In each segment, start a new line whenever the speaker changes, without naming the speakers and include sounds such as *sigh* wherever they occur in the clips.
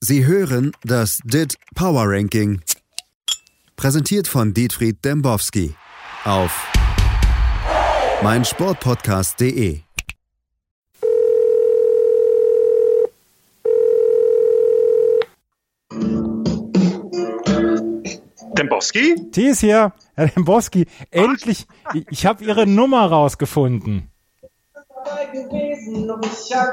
Sie hören das DIT Power Ranking. Präsentiert von Dietfried Dembowski auf meinsportpodcast.de.
Dembowski?
T ist hier. Herr Dembowski, endlich. Ich, ich habe Ihre Nummer rausgefunden.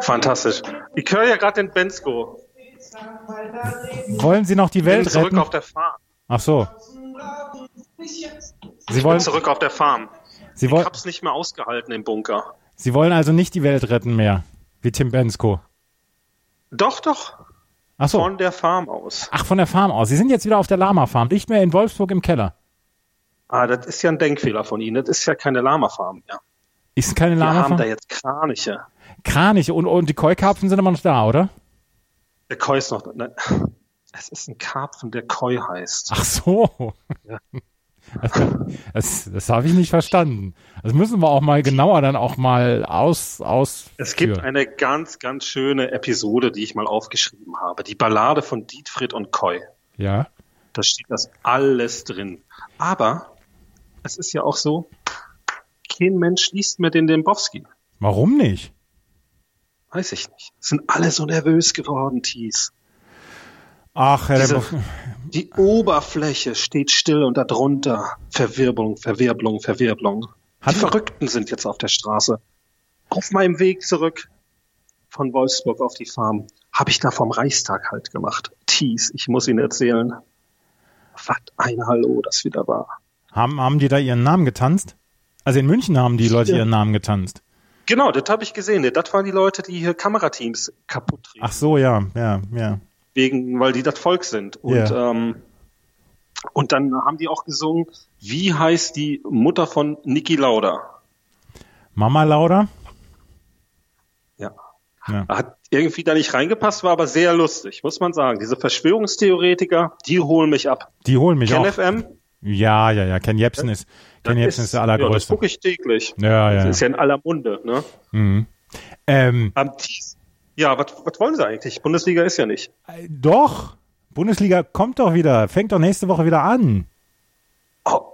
Fantastisch. Ich höre ja gerade den Bensko.
Wollen Sie noch die
Ich bin
Welt
zurück
retten?
auf der Farm.
Ach so. Sie
Ich bin
wollen,
zurück auf der Farm.
Sie,
Ich
wollen,
hab's nicht mehr ausgehalten im Bunker.
Sie wollen also nicht die Welt retten mehr, wie Tim Bensko.
Doch, doch.
Ach so.
Von der Farm aus.
Ach, von der Farm aus. Sie sind jetzt wieder auf der Lama-Farm, nicht mehr in Wolfsburg im Keller.
Ah, das ist ja ein Denkfehler von Ihnen. Das ist ja keine Lama-Farm mehr.
Ist keine
Wir haben da
Lama-Farm?
jetzt Kraniche.
Kraniche und, und die Keukarpfen sind immer noch da, oder?
Der Koi ist noch. Nein. Es ist ein Karpfen, der Koi heißt.
Ach so. Das, das habe ich nicht verstanden. Das müssen wir auch mal genauer dann auch mal aus. aus
Es gibt
führen.
eine ganz, ganz schöne Episode, die ich mal aufgeschrieben habe. Die Ballade von Dietfried und Koi.
Ja.
Da steht das alles drin. Aber es ist ja auch so, kein Mensch liest mehr den Dembowski.
Warum nicht?
Weiß ich nicht. Sind alle so nervös geworden, Thies.
Ach, Herr
Diese,
Dembowski.
die Oberfläche steht still und darunter Verwirbelung, Verwirbelung, Verwirbelung.
Hat-
die Verrückten sind jetzt auf der Straße. Auf meinem Weg zurück von Wolfsburg auf die Farm habe ich da vom Reichstag halt gemacht. Thies, ich muss Ihnen erzählen, was ein Hallo das wieder war.
Haben, haben die da ihren Namen getanzt? Also in München haben die Leute
Ja.
ihren Namen getanzt.
Genau, das habe ich gesehen. Das waren die Leute, die hier Kamerateams kaputt treten,
Ach so, ja, ja, ja.
wegen, weil die das Volk sind. Und,
Ja.
ähm, und dann haben die auch gesungen, wie heißt die Mutter von Niki Lauda?
Mama Lauda?
Ja.
Ja.
Hat irgendwie da nicht reingepasst, war aber sehr lustig, muss man sagen. Diese Verschwörungstheoretiker, die holen mich ab.
Die holen mich
Ken
auch.
FM,
Ja, ja, ja. Ken Jebsen ist, Ken Jebsen ist der
Ja, das
allergrößte.
gucke ich täglich.
Ja, ja.
Das
ja.
ist ja in aller Munde. Ne?
Mhm. Ähm,
Am Thies- ja, was was wollen sie eigentlich? Bundesliga ist ja nicht.
äh, doch, Bundesliga kommt doch wieder, fängt doch nächste Woche wieder an.
Oh,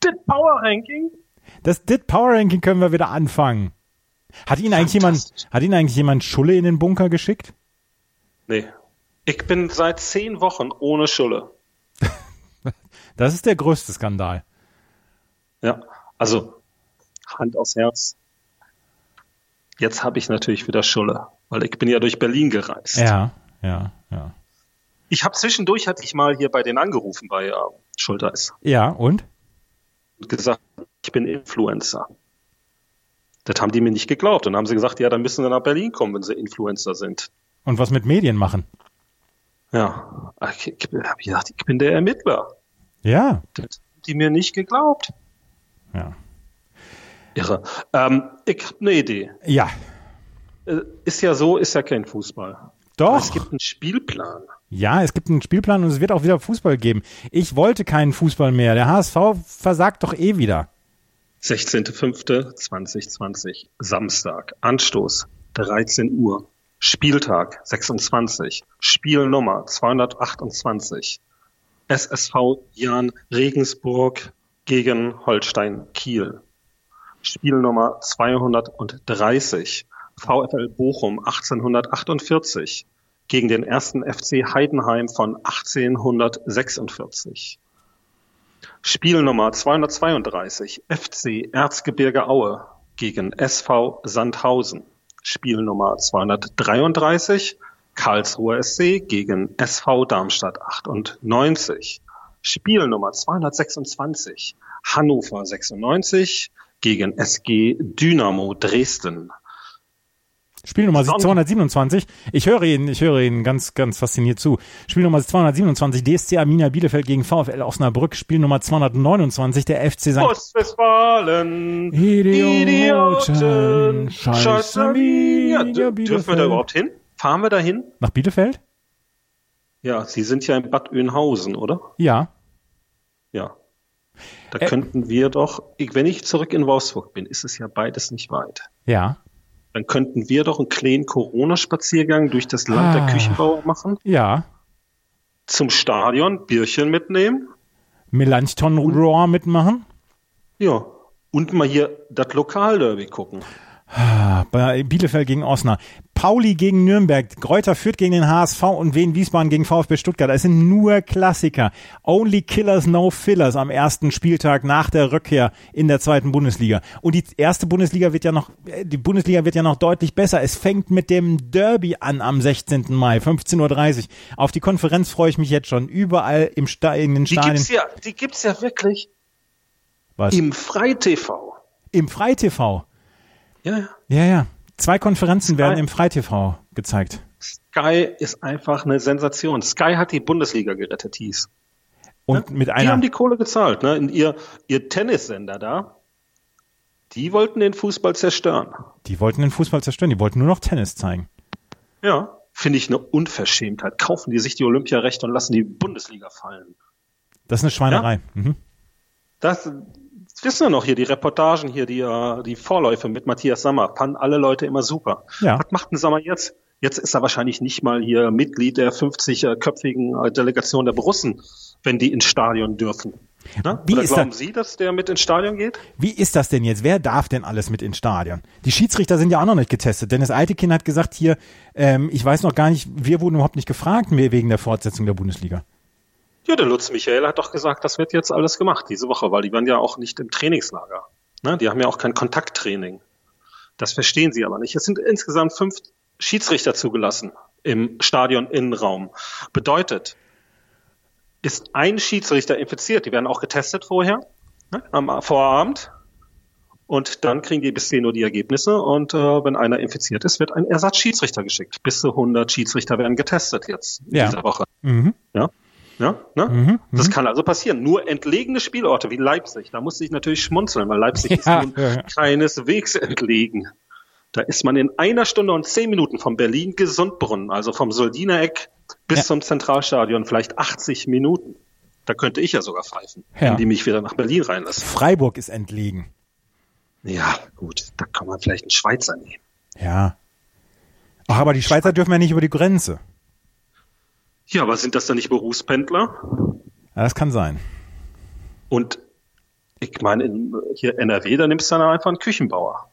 das Power Ranking?
Das Dit Power Ranking können wir wieder anfangen. Hat Ihnen eigentlich jemand,
Fantastisch.
hat Ihnen eigentlich jemand Schulle in den Bunker geschickt?
Nee. Ich bin seit zehn Wochen ohne Schulle.
Das ist der größte Skandal.
Ja. Also, Hand aufs Herz. Jetzt habe ich natürlich wieder Schulle, weil ich bin ja durch Berlin gereist.
Ja, ja, ja.
Ich habe zwischendurch, hatte ich mal hier bei denen angerufen, bei äh, Schulteis,
Ja, und?
und gesagt, ich bin Influencer. Das haben die mir nicht geglaubt. Und dann haben sie gesagt, ja, dann müssen sie nach Berlin kommen, wenn sie Influencer sind.
Und was mit Medien machen?
Ja. Ich, ich, hab ich gedacht, ich bin der Ermittler.
Ja,
Das haben die mir nicht geglaubt.
ja.
Irre. Ähm, ich habe eine Idee.
Ja,
Äh, Ist ja so, ist ja kein Fußball. Aber Es
doch.
gibt einen Spielplan.
Ja, es gibt einen Spielplan und es wird auch wieder Fußball geben. Ich wollte keinen Fußball mehr. Der HSV versagt doch eh wieder.
16.05.2020, Samstag, Anstoß, 13 Uhr, Spieltag 26, Spielnummer 228, SSV Jan Regensburg gegen Holstein Kiel, Spielnummer 230, VfL Bochum 1848 gegen den ersten FC Heidenheim von 1846. Spielnummer 232 FC Erzgebirge Aue gegen SV Sandhausen. Spielnummer 233 Karlsruher SC gegen SV Darmstadt 98. Spielnummer 226 Hannover 96 gegen SG Dynamo Dresden.
Spielnummer
Sonntag.
227. Ich höre Ihnen, ich höre Ihnen ganz, ganz fasziniert zu. Spielnummer 227, DSC Arminia Bielefeld gegen VfL Osnabrück. Spielnummer 229, der FC St.
Ostwestfalen,
Idioten,
Idioten,
scheiß
scheiß
Arminia
Arminia. Dürfen wir
Bielefeld.
da überhaupt hin? Fahren wir da hin?
Nach Bielefeld?
Ja, Sie sind ja in Bad Oeynhausen, oder?
Ja.
Ja. Da
Ä-
könnten wir doch, ich, wenn ich zurück in Wolfsburg bin, ist es ja beides nicht weit.
Ja.
Dann könnten wir doch einen kleinen Corona-Spaziergang durch das Land
Ah.
der Küchenbauer machen,
Ja.
zum Stadion, Bierchen mitnehmen.
Melanchthon Roar mitmachen.
Ja. Und mal hier das Lokalderby gucken.
Ah, Bei Bielefeld gegen Osnabrück. Pauli gegen Nürnberg. Greuther führt gegen den HSV und Wien Wiesbaden gegen VfB Stuttgart. Es sind nur Klassiker. Only Killers, no Fillers am ersten Spieltag nach der Rückkehr in der zweiten Bundesliga. Und die erste Bundesliga wird ja noch, äh, die Bundesliga wird ja noch deutlich besser. Es fängt mit dem Derby an am 16. Mai, 15.30 Uhr. Auf die Konferenz freue ich mich jetzt schon. Überall im Sta in den
Die
Stadien.
gibt's ja, die gibt's ja wirklich
Was?
im Freitv.
Im Freitv.
Ja, ja.
Ja, ja. Zwei Konferenzen werden
Zwei.
im Freitv gezeigt.
Sky ist einfach eine Sensation. Sky hat die Bundesliga gerettet, hieß.
Und mit
Ne? Die
einer
haben die Kohle gezahlt, ne? Und ihr, ihr Tennissender da, die wollten den Fußball zerstören.
Die wollten den Fußball zerstören, die wollten nur noch Tennis zeigen.
Ja. Finde ich eine Unverschämtheit. Kaufen die sich die Olympiarechte und lassen die Bundesliga fallen.
Das ist eine Schweinerei. Mhm.
Das, das wissen wir noch hier, die Reportagen hier, die, äh, die Vorläufe mit Matthias Sammer, fanden alle Leute immer super.
Ja.
Was macht denn Sammer jetzt? Jetzt ist er wahrscheinlich nicht mal hier Mitglied der 50-köpfigen äh, Delegation der Russen, wenn die ins Stadion dürfen. Ne?
Wie
Oder
ist
glauben
das-
Sie, dass der mit ins Stadion geht?
Wie ist das denn jetzt? Wer darf denn alles mit ins Stadion? Die Schiedsrichter sind ja auch noch nicht getestet. Dennis Altekin hat gesagt hier, ähm, ich weiß noch gar nicht, wir wurden überhaupt nicht gefragt mehr wegen der Fortsetzung der Bundesliga.
Ja, der Lutz Michael hat doch gesagt, das wird jetzt alles gemacht diese Woche, weil die waren ja auch nicht im Trainingslager. Ne? Die haben ja auch kein Kontakttraining. Das verstehen sie aber nicht. Es sind insgesamt fünf Schiedsrichter zugelassen im Stadion-Innenraum. Bedeutet, ist ein Schiedsrichter infiziert, die werden auch getestet vorher, ne? am Vorabend. Und dann kriegen die bis 10 Uhr die Ergebnisse. Und äh, wenn einer infiziert ist, wird ein Ersatzschiedsrichter geschickt. Bis zu 100 Schiedsrichter werden getestet jetzt in
Ja.
dieser Woche.
Mhm.
Ja. Ja, ne?
Mhm,
Das kann also passieren. Nur entlegene Spielorte wie Leipzig, da muss ich natürlich schmunzeln, weil
*laughs*
Leipzig
Ja,
ist nun
ja, ja.
keineswegs entlegen. Da ist man in einer Stunde und zehn Minuten von Berlin Gesundbrunnen, also vom Soldiner Eck bis
Ja.
zum Zentralstadion, vielleicht 80 Minuten. Da könnte ich ja sogar pfeifen,
Ja.
wenn die mich wieder nach Berlin reinlassen.
Freiburg ist entlegen.
Ja, gut, da kann man vielleicht einen Schweizer nehmen.
Ja. Ach, aber die Schweizer dürfen ja nicht über die Grenze.
Ja, aber sind das dann nicht Berufspendler?
Ja, das kann sein.
Und ich meine, in, hier NRW, da nimmst du dann einfach einen Küchenbauer.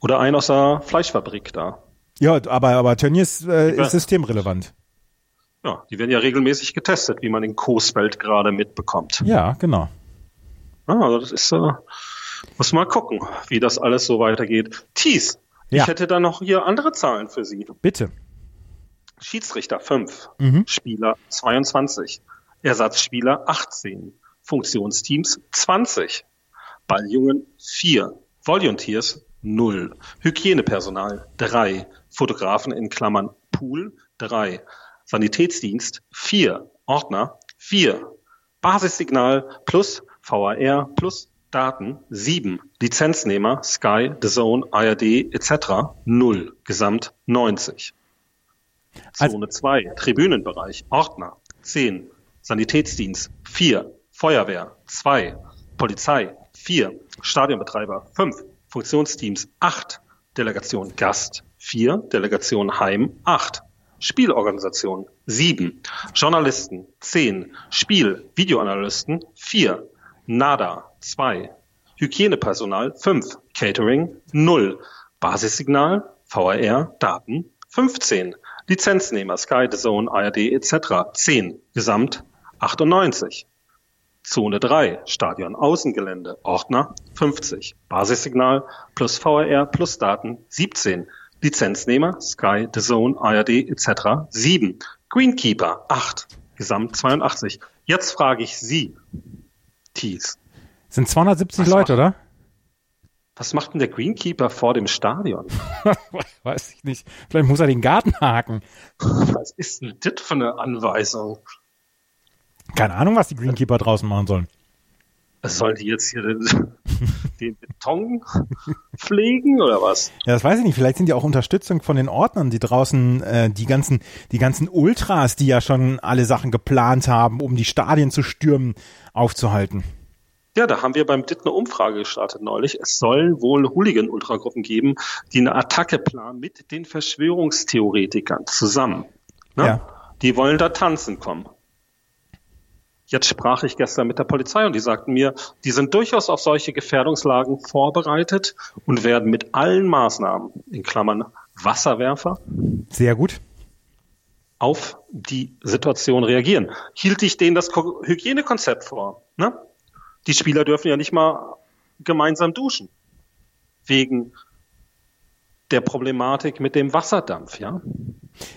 Oder einen aus der Fleischfabrik da.
Ja, aber, aber Tönnies äh,
Ja.
ist systemrelevant.
Ja, die werden ja regelmäßig getestet, wie man in Coesfeld gerade mitbekommt.
Ja, genau.
Ah, also das ist, äh, muss mal gucken, wie das alles so weitergeht. Thies,
Ja.
ich hätte da noch hier andere Zahlen für Sie.
Bitte.
Schiedsrichter 5,
Mhm.
Spieler 22, Ersatzspieler 18, Funktionsteams 20, Balljungen 4, Volunteers 0, Hygienepersonal 3, Fotografen in Klammern Pool 3, Sanitätsdienst 4, Ordner 4, Basissignal plus VAR plus Daten 7, Lizenznehmer Sky, The Zone, ARD etc. 0, Gesamt 90.
Also-
Zone 2, Tribünenbereich, Ordner, 10, Sanitätsdienst, 4, Feuerwehr, 2, Polizei, 4, Stadionbetreiber, 5, Funktionsteams, 8, Delegation Gast, 4, Delegation Heim, 8, Spielorganisation, 7, Journalisten, 10, Spiel, Videoanalysten, 4, NADA, 2, Hygienepersonal 5, Catering 0, Basissignal, VAR, Daten 15, Lizenznehmer Sky, The Zone, ARD etc. 10, Gesamt 98. Zone 3, Stadion Außengelände, Ordner 50, Basissignal plus VAR plus Daten 17, Lizenznehmer Sky, The Zone, ARD etc. 7, Greenkeeper 8, Gesamt 82. Jetzt frage ich Sie, Thies,
Sind 270
Was
Leute, oder?
was macht denn der Greenkeeper vor dem Stadion?
*laughs* Weiß ich nicht. Vielleicht muss er den Garten haken.
Was ist denn das für eine Anweisung?
Keine Ahnung, was die Greenkeeper draußen machen sollen.
Was Sollen die jetzt hier den, *laughs* den Beton pflegen oder was?
Ja, das weiß ich nicht. Vielleicht sind die auch Unterstützung von den Ordnern, die draußen äh, die ganzen die ganzen Ultras, die ja schon alle Sachen geplant haben, um die Stadien zu stürmen, aufzuhalten.
Ja, da haben wir beim DIT eine Umfrage gestartet neulich. Es soll wohl Hooligan-Ultragruppen geben, die eine Attacke planen mit den Verschwörungstheoretikern zusammen. Ne?
Ja.
Die wollen da tanzen kommen. Jetzt sprach ich gestern mit der Polizei und die sagten mir, die sind durchaus auf solche Gefährdungslagen vorbereitet und werden mit allen Maßnahmen, in Klammern Wasserwerfer,
Sehr gut.
auf die Situation reagieren. Hielt ich denen das Ko- Hygienekonzept vor. Ne? Die Spieler dürfen ja nicht mal gemeinsam duschen. Wegen der Problematik mit dem Wasserdampf, ja.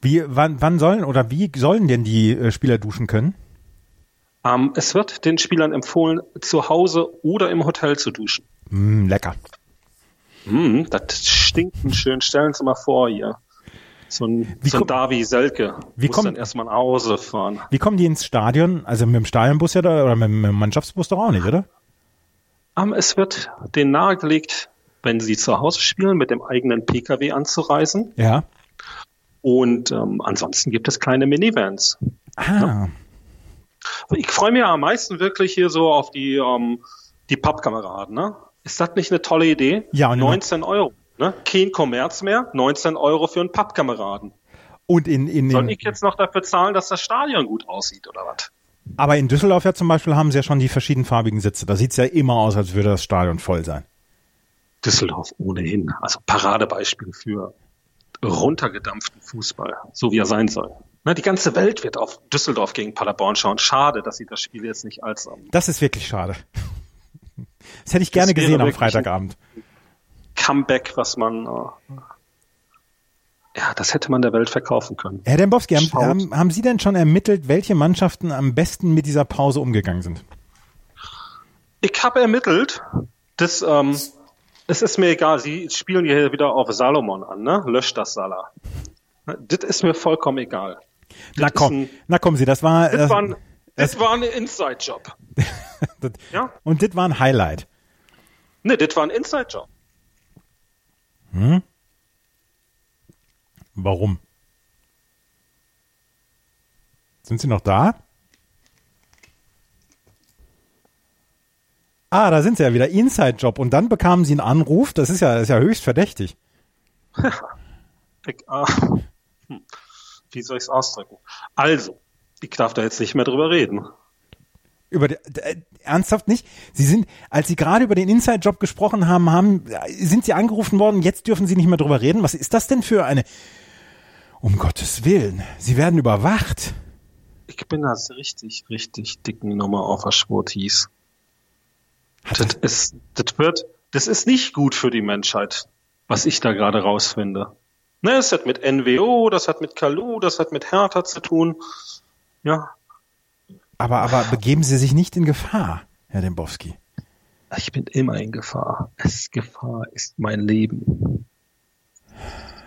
Wie, wann, wann sollen oder wie sollen denn die äh, Spieler duschen können?
Ähm, es wird den Spielern empfohlen, zu Hause oder im Hotel zu duschen.
Mm, lecker.
Hm, das stinkt einen schönen Stellen Sie mal vor hier. So ein,
Wie
so ein
kommt-
Davi Selke
wie
muss
kommt-
dann erstmal nach Hause fahren.
Wie kommen die ins Stadion? Also mit dem Stadionbus ja da, oder mit dem Mannschaftsbus doch auch nicht, oder?
Ähm, es wird denen nahegelegt, wenn sie zu Hause spielen, mit dem eigenen Pkw anzureisen.
Ja.
Und ähm, ansonsten gibt es kleine Minivans.
Ah,
Ich freue mich am meisten wirklich hier so auf die, ähm, die Pappkameraden. Ne? Ist das nicht eine tolle Idee?
Ja, und-
19 Euro. Ne? Kein Kommerz mehr, 19 Euro für einen Pappkameraden.
und in, in,
Soll
in
ich jetzt noch dafür zahlen, dass das Stadion gut aussieht oder was?
aber in Düsseldorf ja zum Beispiel haben sie ja schon die verschiedenfarbigen Sitze. Da sieht's ja immer aus, als würde das Stadion voll sein.
Düsseldorf ohnehin. Also Paradebeispiel für runtergedampften Fußball, so wie er sein soll. Ne, die ganze Welt wird auf Düsseldorf gegen Paderborn schauen. Schade, dass sie das Spiel jetzt nicht als ähm,
Das ist wirklich schade. Das hätte ich gerne
wäre
gesehen am
wirklich ein-
Freitagabend.
Comeback, was man. Äh, ja, das hätte man der Welt verkaufen können.
Herr Dembowski, haben,
Schaut.
haben, haben Sie denn schon ermittelt, welche Mannschaften am besten mit dieser Pause umgegangen sind?
Ich habe ermittelt, dass. Ähm, es ist mir egal, Sie spielen hier wieder auf Salomon an, ne? Löscht das Salah. Ne, Das ist mir vollkommen egal.
Na
ist
komm,
ein-
na kommen Sie, das war, äh,
Das,
das,
war, ein, das,
das-
war ein Inside-Job.
das,
Ja?
und das war ein Highlight.
Ne, das war ein Inside-Job.
Warum? Sind Sie noch da? Ah, da sind Sie ja wieder. Inside-Job. Und dann bekamen Sie einen Anruf. Das ist ja, das ist ja höchst verdächtig.
Ich, ah, hm, wie soll ich es ausdrücken? Also, ich darf da jetzt nicht mehr drüber reden.
Über die, äh, ernsthaft nicht? Sie sind, als Sie gerade über den Inside-Job gesprochen haben, haben, äh, sind Sie angerufen worden. Jetzt dürfen Sie nicht mehr drüber reden. Was ist das denn für eine? Um Gottes Willen. Sie werden überwacht.
Ich bin das richtig, richtig dicken Nummer auf der Schwurtis. Das ist, das wird, das ist nicht gut für die Menschheit, was ich da gerade rausfinde. Ne, es hat mit NWO, das hat mit Kalu, das hat mit Hertha zu tun. Ja,
Aber, aber begeben Sie sich nicht in Gefahr, Herr Dembowski.
ich bin immer in Gefahr. Es Gefahr ist mein Leben.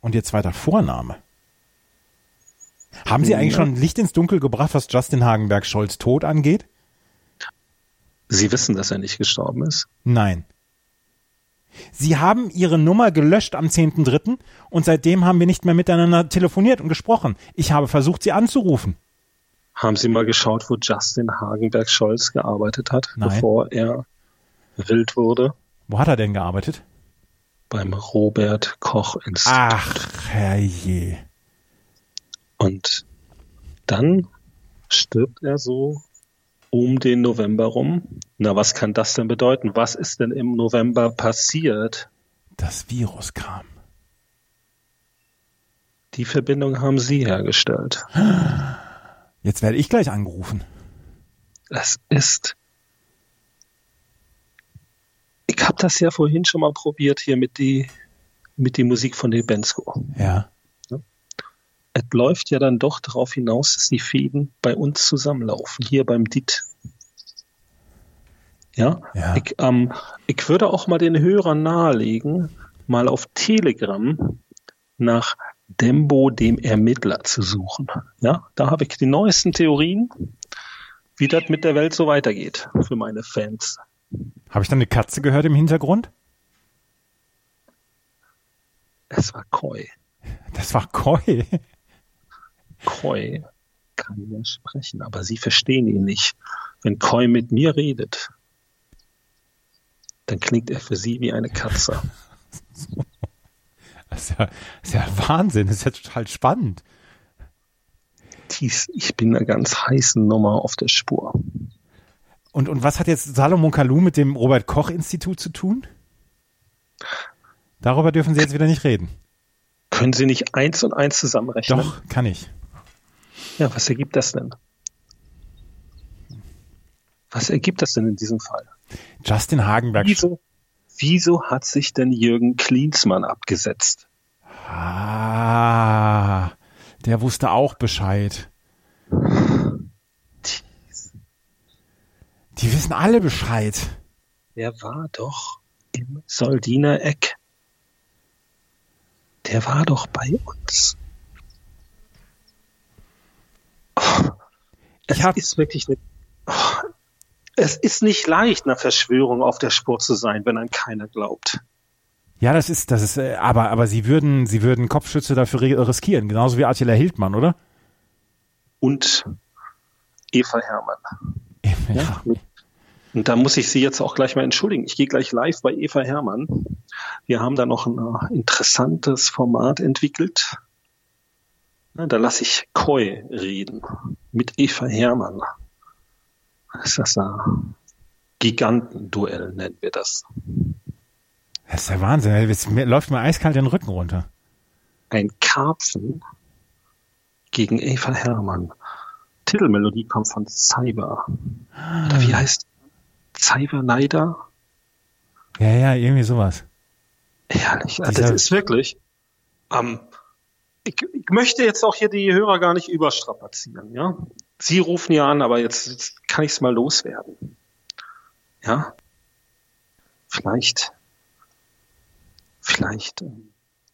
Und ihr zweiter Vorname. Haben Sie eigentlich schon Licht ins Dunkel gebracht, was Justin Hagenberg Scholz Tod angeht?
Sie wissen, dass er nicht gestorben ist.
Nein. Sie haben Ihre Nummer gelöscht am 10.3. und seitdem haben wir nicht mehr miteinander telefoniert und gesprochen. Ich habe versucht, Sie anzurufen.
Haben Sie mal geschaut, wo Justin Hagenberg Scholz gearbeitet hat,
Nein.
bevor er wild wurde?
Wo hat er denn gearbeitet?
Beim Robert Koch Institut.
Ah. Ach, herrje.
Und dann stirbt er so um den November rum. Na, was kann das denn bedeuten? Was ist denn im November passiert?
Das Virus kam.
Die Verbindung haben Sie hergestellt.
Jetzt werde ich gleich angerufen.
Das ist. Ich habe das ja vorhin schon mal probiert hier mit die mit die Musik von Lebensko.
Ja.
Es läuft ja dann doch darauf hinaus, dass die Fäden bei uns zusammenlaufen, hier beim DIT. Ja,
Ja.
Ich, ähm, ich würde auch mal den Hörern nahelegen, mal auf Telegram nach Dembo, dem Ermittler, zu suchen. Ja, da habe ich die neuesten Theorien, wie das mit der Welt so weitergeht, für meine Fans.
Habe ich dann eine Katze gehört im Hintergrund?
Es war Koi.
Das war Koi.
Koi kann ja sprechen, aber sie verstehen ihn nicht. Wenn Koi mit mir redet, dann klingt er für sie wie eine Katze.
Das ist ja, das ist ja Wahnsinn, das ist ja total spannend.
Thies, ich bin einer ganz heißen Nummer auf der Spur.
Und, und was hat jetzt Salomon Kalou mit dem Robert-Koch-Institut zu tun? Darüber dürfen Sie jetzt wieder nicht reden.
Können Sie nicht eins und eins zusammenrechnen?
Doch, kann ich.
Ja, was ergibt das denn? Was ergibt das denn in diesem Fall?
Justin Hagenberg.
Wieso, wieso hat sich denn Jürgen Klinsmann abgesetzt?
Ah, der wusste auch Bescheid. Die wissen alle Bescheid.
Der war doch im Soldiner Eck. Der war doch bei uns. Oh, es
Ich hab-
ist wirklich eine. Oh, es ist nicht leicht, einer Verschwörung auf der Spur zu sein, wenn an keiner glaubt.
Ja, das ist, das ist, äh, aber, aber sie würden, sie würden Kopfschütze dafür ri- riskieren, genauso wie Attila Hildmann, oder?
Und Eva Hermann.
Ja.
Und da muss ich Sie jetzt auch gleich mal entschuldigen. Ich gehe gleich live bei Eva Hermann. Wir haben da noch ein äh, interessantes Format entwickelt. Na, Da lasse ich Koi reden mit Eva Hermann. Das ist das ein Gigantenduell, nennen wir das.
Das ist der Wahnsinn. ey. Jetzt mir- läuft mir eiskalt den Rücken runter.
Ein Karpfen gegen Eva Hermann. Titelmelodie kommt von Cyber. Oder wie heißt Cyber Neider?
Ja, ja, irgendwie sowas.
Herrlich. Ja, das
Dieser-
ist wirklich. Ähm, ich, ich möchte jetzt auch hier die Hörer gar nicht überstrapazieren. Ja? Sie rufen ja an, aber jetzt, jetzt kann ich es mal loswerden. Ja? Vielleicht. Vielleicht. Ähm,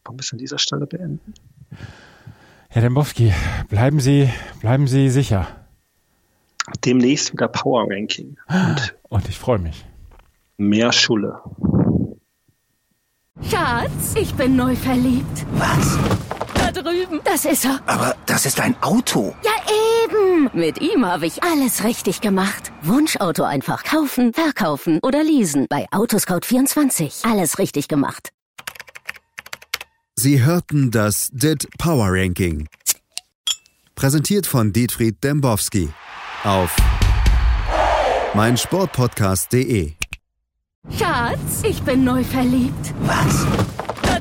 wollen wir es an dieser Stelle beenden?
Herr Dembowski, bleiben Sie, bleiben Sie sicher.
Demnächst wieder Power Ranking. Und
Und ich freue mich.
mehr Schulle.
Schatz, ich bin neu verliebt.
Was?
Da drüben. Das ist er.
Aber das ist ein Auto.
Ja, eben. Mit ihm habe ich alles richtig gemacht. Wunschauto einfach kaufen, verkaufen oder leasen. Bei Autoscout24. Alles richtig gemacht.
Sie hörten das DIT Power Ranking. Präsentiert von Dietfried Dembowski auf meinsportpodcast.de.
Schatz, ich bin neu verliebt.
Was?
Da